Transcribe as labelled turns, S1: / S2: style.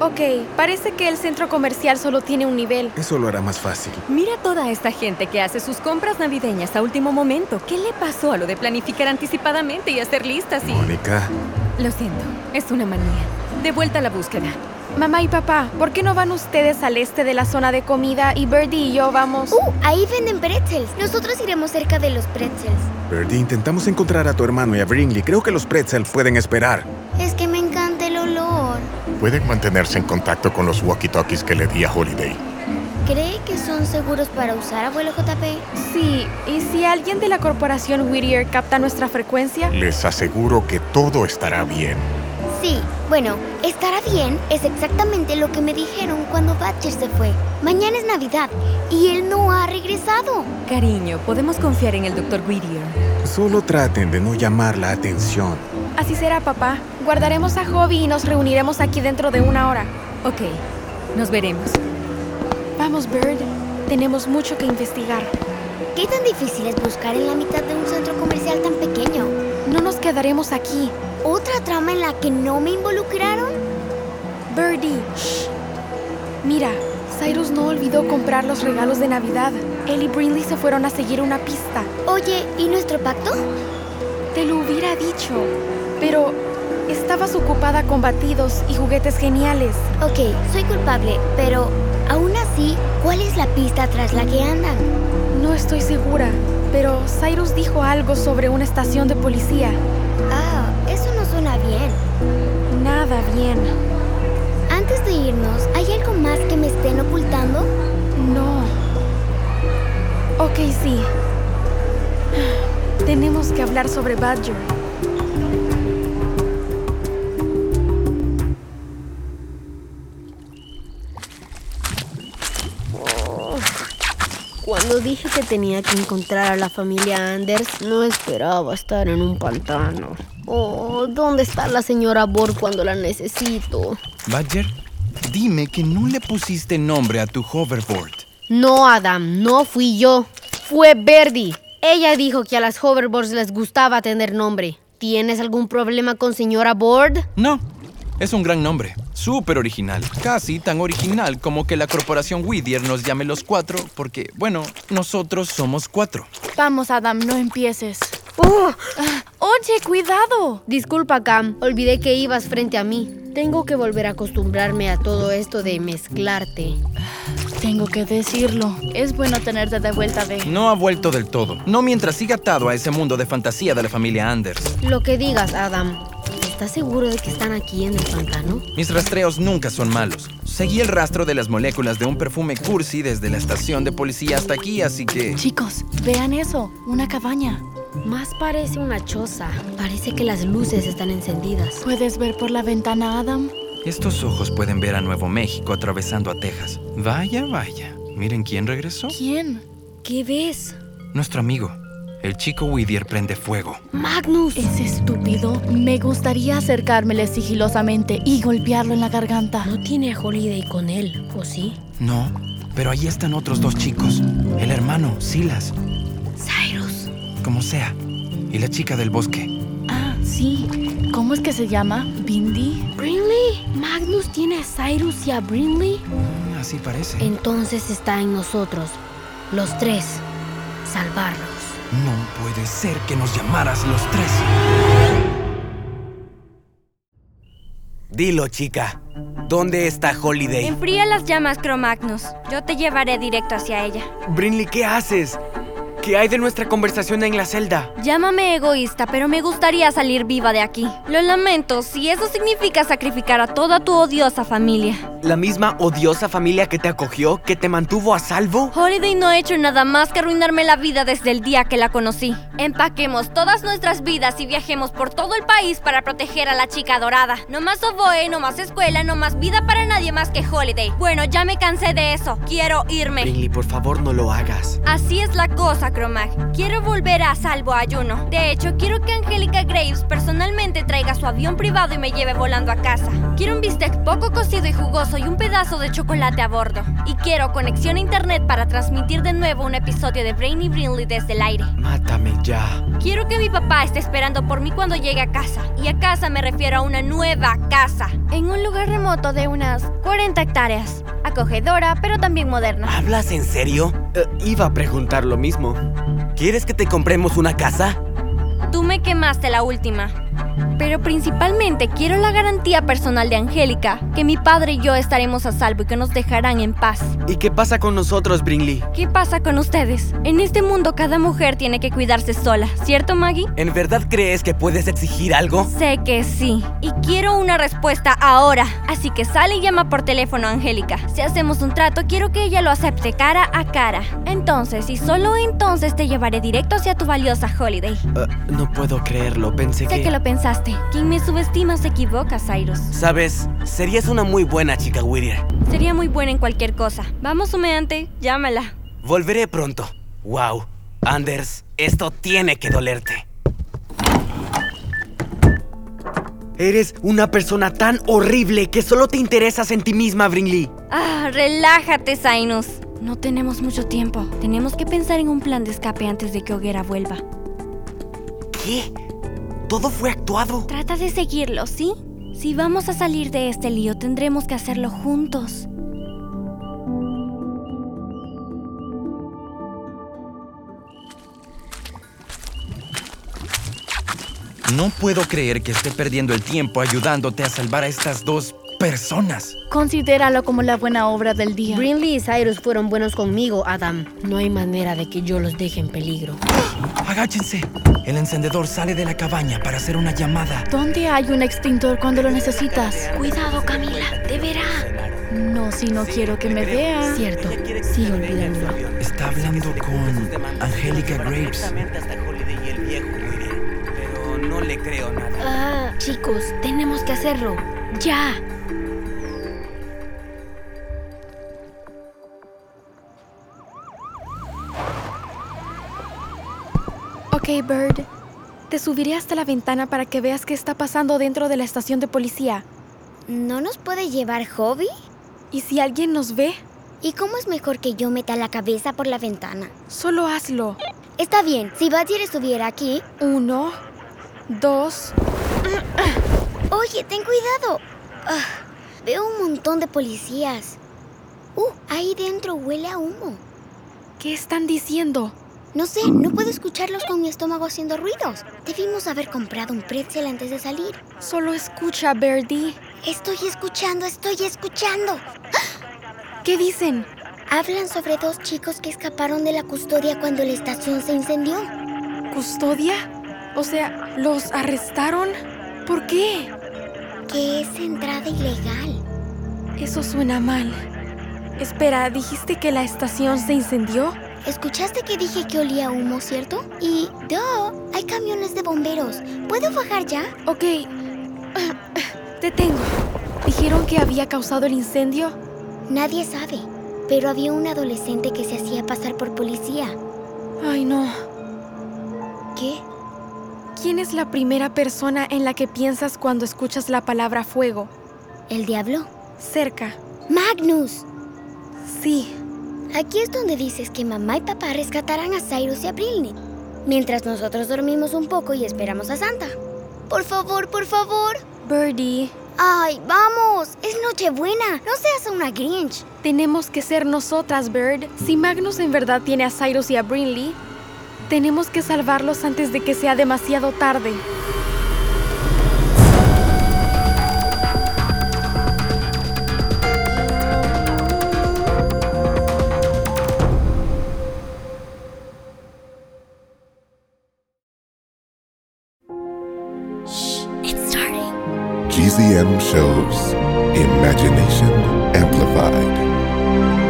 S1: Ok, parece que el centro comercial solo tiene un nivel.
S2: Eso lo hará más fácil.
S3: Mira toda esta gente que hace sus compras navideñas a último momento. ¿Qué le pasó a lo de planificar anticipadamente y hacer listas y...
S2: Mónica,
S3: Lo siento, es una manía. De vuelta a la búsqueda.
S1: Mamá y papá, ¿por qué no van ustedes al este de la zona de comida y Birdie y yo vamos?
S4: ¡Uh! Ahí venden pretzels. Nosotros iremos cerca de los pretzels.
S2: Birdie, intentamos encontrar a tu hermano y a Brinley. Creo que los pretzels pueden esperar.
S4: Es que me encanta el olor.
S5: Pueden mantenerse en contacto con los walkie-talkies que le di a Holiday.
S4: ¿Cree que son seguros para usar, abuelo JP?
S1: Sí, ¿y si alguien de la corporación Whittier capta nuestra frecuencia?
S5: Les aseguro que todo estará bien.
S4: Sí. Bueno, estará bien es exactamente lo que me dijeron cuando Badger se fue. Mañana es Navidad y él no ha regresado.
S3: Cariño, podemos confiar en el Dr. Whittier.
S2: Solo traten de no llamar la atención.
S1: Así será, papá. Guardaremos a Hobby y nos reuniremos aquí dentro de una hora.
S3: Ok, nos veremos.
S1: Vamos, Bird. Tenemos mucho que investigar.
S4: ¿Qué tan difícil es buscar en la mitad de un centro comercial tan pequeño?
S1: No nos quedaremos aquí.
S4: ¿Otra trama en la que no me involucraron?
S1: Birdie, shh. Mira, Cyrus no olvidó comprar los regalos de Navidad. Él y Brindley se fueron a seguir una pista.
S4: Oye, ¿y nuestro pacto?
S1: Te lo hubiera dicho. Pero estabas ocupada con batidos y juguetes geniales.
S4: Ok, soy culpable, pero aún así, ¿cuál es la pista tras la que andan?
S1: No estoy segura, pero Cyrus dijo algo sobre una estación de policía.
S4: Ah, eso no suena bien.
S1: Nada bien.
S4: Antes de irnos, ¿hay algo más que me estén ocultando?
S1: No. Ok, sí. Tenemos que hablar sobre Badger.
S6: Cuando dije que tenía que encontrar a la familia Anders, no esperaba estar en un pantano. Oh, ¿dónde está la señora Borg cuando la necesito?
S7: Badger, dime que no le pusiste nombre a tu hoverboard.
S6: No, Adam, no fui yo. Fue Verdi. Ella dijo que a las hoverboards les gustaba tener nombre. ¿Tienes algún problema con señora Borg?
S7: No, es un gran nombre, súper original, casi tan original como que la corporación Whittier nos llame los cuatro, porque, bueno, nosotros somos cuatro.
S8: Vamos, Adam, no empieces.
S6: ¡Oh!
S8: Oye, cuidado.
S6: Disculpa, Cam, olvidé que ibas frente a mí. Tengo que volver a acostumbrarme a todo esto de mezclarte.
S8: Tengo que decirlo. Es bueno tenerte de vuelta, B.
S7: No ha vuelto del todo, no mientras siga atado a ese mundo de fantasía de la familia Anders.
S6: Lo que digas, Adam. ¿Estás seguro de que están aquí en el pantano?
S7: Mis rastreos nunca son malos. Seguí el rastro de las moléculas de un perfume cursi desde la estación de policía hasta aquí, así que...
S8: Chicos, vean eso. Una cabaña.
S6: Más parece una choza. Parece que las luces están encendidas.
S8: ¿Puedes ver por la ventana, Adam?
S7: Estos ojos pueden ver a Nuevo México atravesando a Texas. Vaya, vaya. Miren quién regresó.
S8: ¿Quién?
S6: ¿Qué ves?
S7: Nuestro amigo, el chico Whittier prende fuego.
S6: Magnus.
S8: Es estúpido. Me gustaría acercármele sigilosamente y golpearlo en la garganta.
S6: No tiene a Holiday con él, ¿o sí?
S7: No, pero ahí están otros dos chicos. El hermano, Silas,
S6: Cyrus.
S7: como sea. Y la chica del bosque.
S8: Ah, sí. ¿Cómo es que se llama? ¿Bindi?
S6: ¿Brinley? ¿Magnus tiene a Cyrus y a Brinley?
S7: Mm, Así parece.
S6: Entonces está en nosotros, los tres, salvarlos.
S7: No puede ser que nos llamaras los tres.
S9: Dilo, chica. ¿Dónde está Holiday?
S10: Enfría las llamas, Cromagnus. Yo te llevaré directo hacia ella.
S9: Brinley, ¿qué haces? ¿Qué hay de nuestra conversación en la celda?
S10: Llámame egoísta, pero me gustaría salir viva de aquí. Lo lamento si eso significa sacrificar a toda tu odiosa familia.
S9: ¿La misma odiosa familia que te acogió, que te mantuvo a salvo?
S10: Holiday no ha hecho nada más que arruinarme la vida desde el día que la conocí. Empaquemos todas nuestras vidas y viajemos por todo el país para proteger a la chica dorada. No más oboe, no más escuela, no más vida para nadie más que Holiday. Bueno, ya me cansé de eso. Quiero irme.
S9: Brinley, por favor, no lo hagas.
S10: Así es la cosa, Cromag. Quiero volver a salvo a Ayuno. De hecho, quiero que Angélica Graves personalmente traiga su avión privado y me lleve volando a casa. Quiero un bistec poco cocido y jugoso soy un pedazo de chocolate a bordo y quiero conexión a internet para transmitir de nuevo un episodio de Brainy Brinley desde el aire.
S9: Mátame ya.
S10: Quiero que mi papá esté esperando por mí cuando llegue a casa. Y a casa me refiero a una nueva casa. En un lugar remoto de unas 40 hectáreas. Acogedora, pero también moderna.
S9: ¿Hablas en serio? Eh, iba a preguntar lo mismo. ¿Quieres que te compremos una casa?
S10: Tú me quemaste la última. Pero principalmente quiero la garantía personal de Angélica, que mi padre y yo estaremos a salvo y que nos dejarán en paz.
S9: ¿Y qué pasa con nosotros, Brinley?
S10: ¿Qué pasa con ustedes? En este mundo cada mujer tiene que cuidarse sola, ¿cierto Maggie?
S9: ¿En verdad crees que puedes exigir algo?
S10: Sé que sí, y quiero una respuesta ahora. Así que sale y llama por teléfono a Angélica. Si hacemos un trato, quiero que ella lo acepte cara a cara. Entonces, y solo entonces te llevaré directo hacia tu valiosa Holiday.
S9: Eh, no puedo creerlo, pensé
S10: Sé que lo pensaste. Quien me subestima se equivoca, Cyrus.
S9: Sabes, serías una muy buena chica, Whittier.
S10: Sería muy buena en cualquier cosa. Vamos, humeante, llámala.
S9: Volveré pronto. Wow. Anders, esto tiene que dolerte. Eres una persona tan horrible que solo te interesas en ti misma, Brinley.
S10: Ah, relájate, Sinus. No tenemos mucho tiempo. Tenemos que pensar en un plan de escape antes de que Hoguera vuelva.
S9: ¿Qué? Todo fue actuado.
S10: Trata de seguirlo, ¿sí? Si vamos a salir de este lío, tendremos que hacerlo juntos.
S7: No puedo creer que esté perdiendo el tiempo ayudándote a salvar a estas dos personas.
S8: Considéralo como la buena obra del día.
S6: Brinley y Cyrus fueron buenos conmigo, Adam. No hay manera de que yo los deje en peligro.
S7: Agáchense. El encendedor sale de la cabaña para hacer una llamada.
S8: ¿Dónde hay un extintor cuando lo necesitas?
S4: Cuidado, Camila, te verá.
S8: No, si no quiero que me vean.
S6: Cierto, sigo olvidándolo.
S7: Está hablando con Angélica Graves.
S9: Pero no le creo nada.
S4: Ah, chicos, tenemos que hacerlo. Ya.
S1: Ok, Bird. Te subiré hasta la ventana para que veas qué está pasando dentro de la estación de policía.
S4: ¿No nos puede llevar Hobby?
S1: Y si alguien nos ve,
S4: ¿Y cómo es mejor que yo meta la cabeza por la ventana?
S1: solo hazlo.
S4: Está bien, si Badger estuviera aquí.
S1: Uno, dos.
S4: Oye, ten cuidado. Ah, veo un montón de policías. Uh, ahí dentro huele a humo.
S1: ¿Qué están diciendo?
S4: No sé, no puedo escucharlos con mi estómago haciendo ruidos. Debimos haber comprado un pretzel antes de salir.
S1: Solo escucha, Birdie.
S4: Estoy escuchando, estoy escuchando.
S1: ¿Qué dicen?
S4: Hablan sobre dos chicos que escaparon de la custodia cuando la estación se incendió.
S1: ¿Custodia? O sea, ¿los arrestaron? ¿Por qué?
S4: Que es entrada ilegal.
S1: Eso suena mal. Espera, ¿dijiste que la estación se incendió?
S4: ¿Escuchaste que dije que olía a humo, cierto? Y, do, hay camiones de bomberos. ¿Puedo bajar ya?
S1: Ok. Te tengo. ¿Dijeron que había causado el incendio?
S4: Nadie sabe, pero había un adolescente que se hacía pasar por policía.
S1: Ay, no.
S4: ¿Qué?
S1: ¿Quién es la primera persona en la que piensas cuando escuchas la palabra fuego?
S4: ¿El diablo?
S1: Cerca.
S4: ¡Magnus!
S1: Sí.
S4: Aquí es donde dices que mamá y papá rescatarán a Cyrus y a Brilney, mientras nosotros dormimos un poco y esperamos a Santa. Por favor, por favor.
S1: Birdie,
S4: Ay, vamos, es Nochebuena. No seas una Grinch.
S1: tenemos que ser nosotras, Bird. Si Magnus en verdad tiene a Cyrus y a Brinley, tenemos que salvarlos antes de que sea demasiado tarde.
S4: It's starting.
S5: GZM shows Imagination Amplified.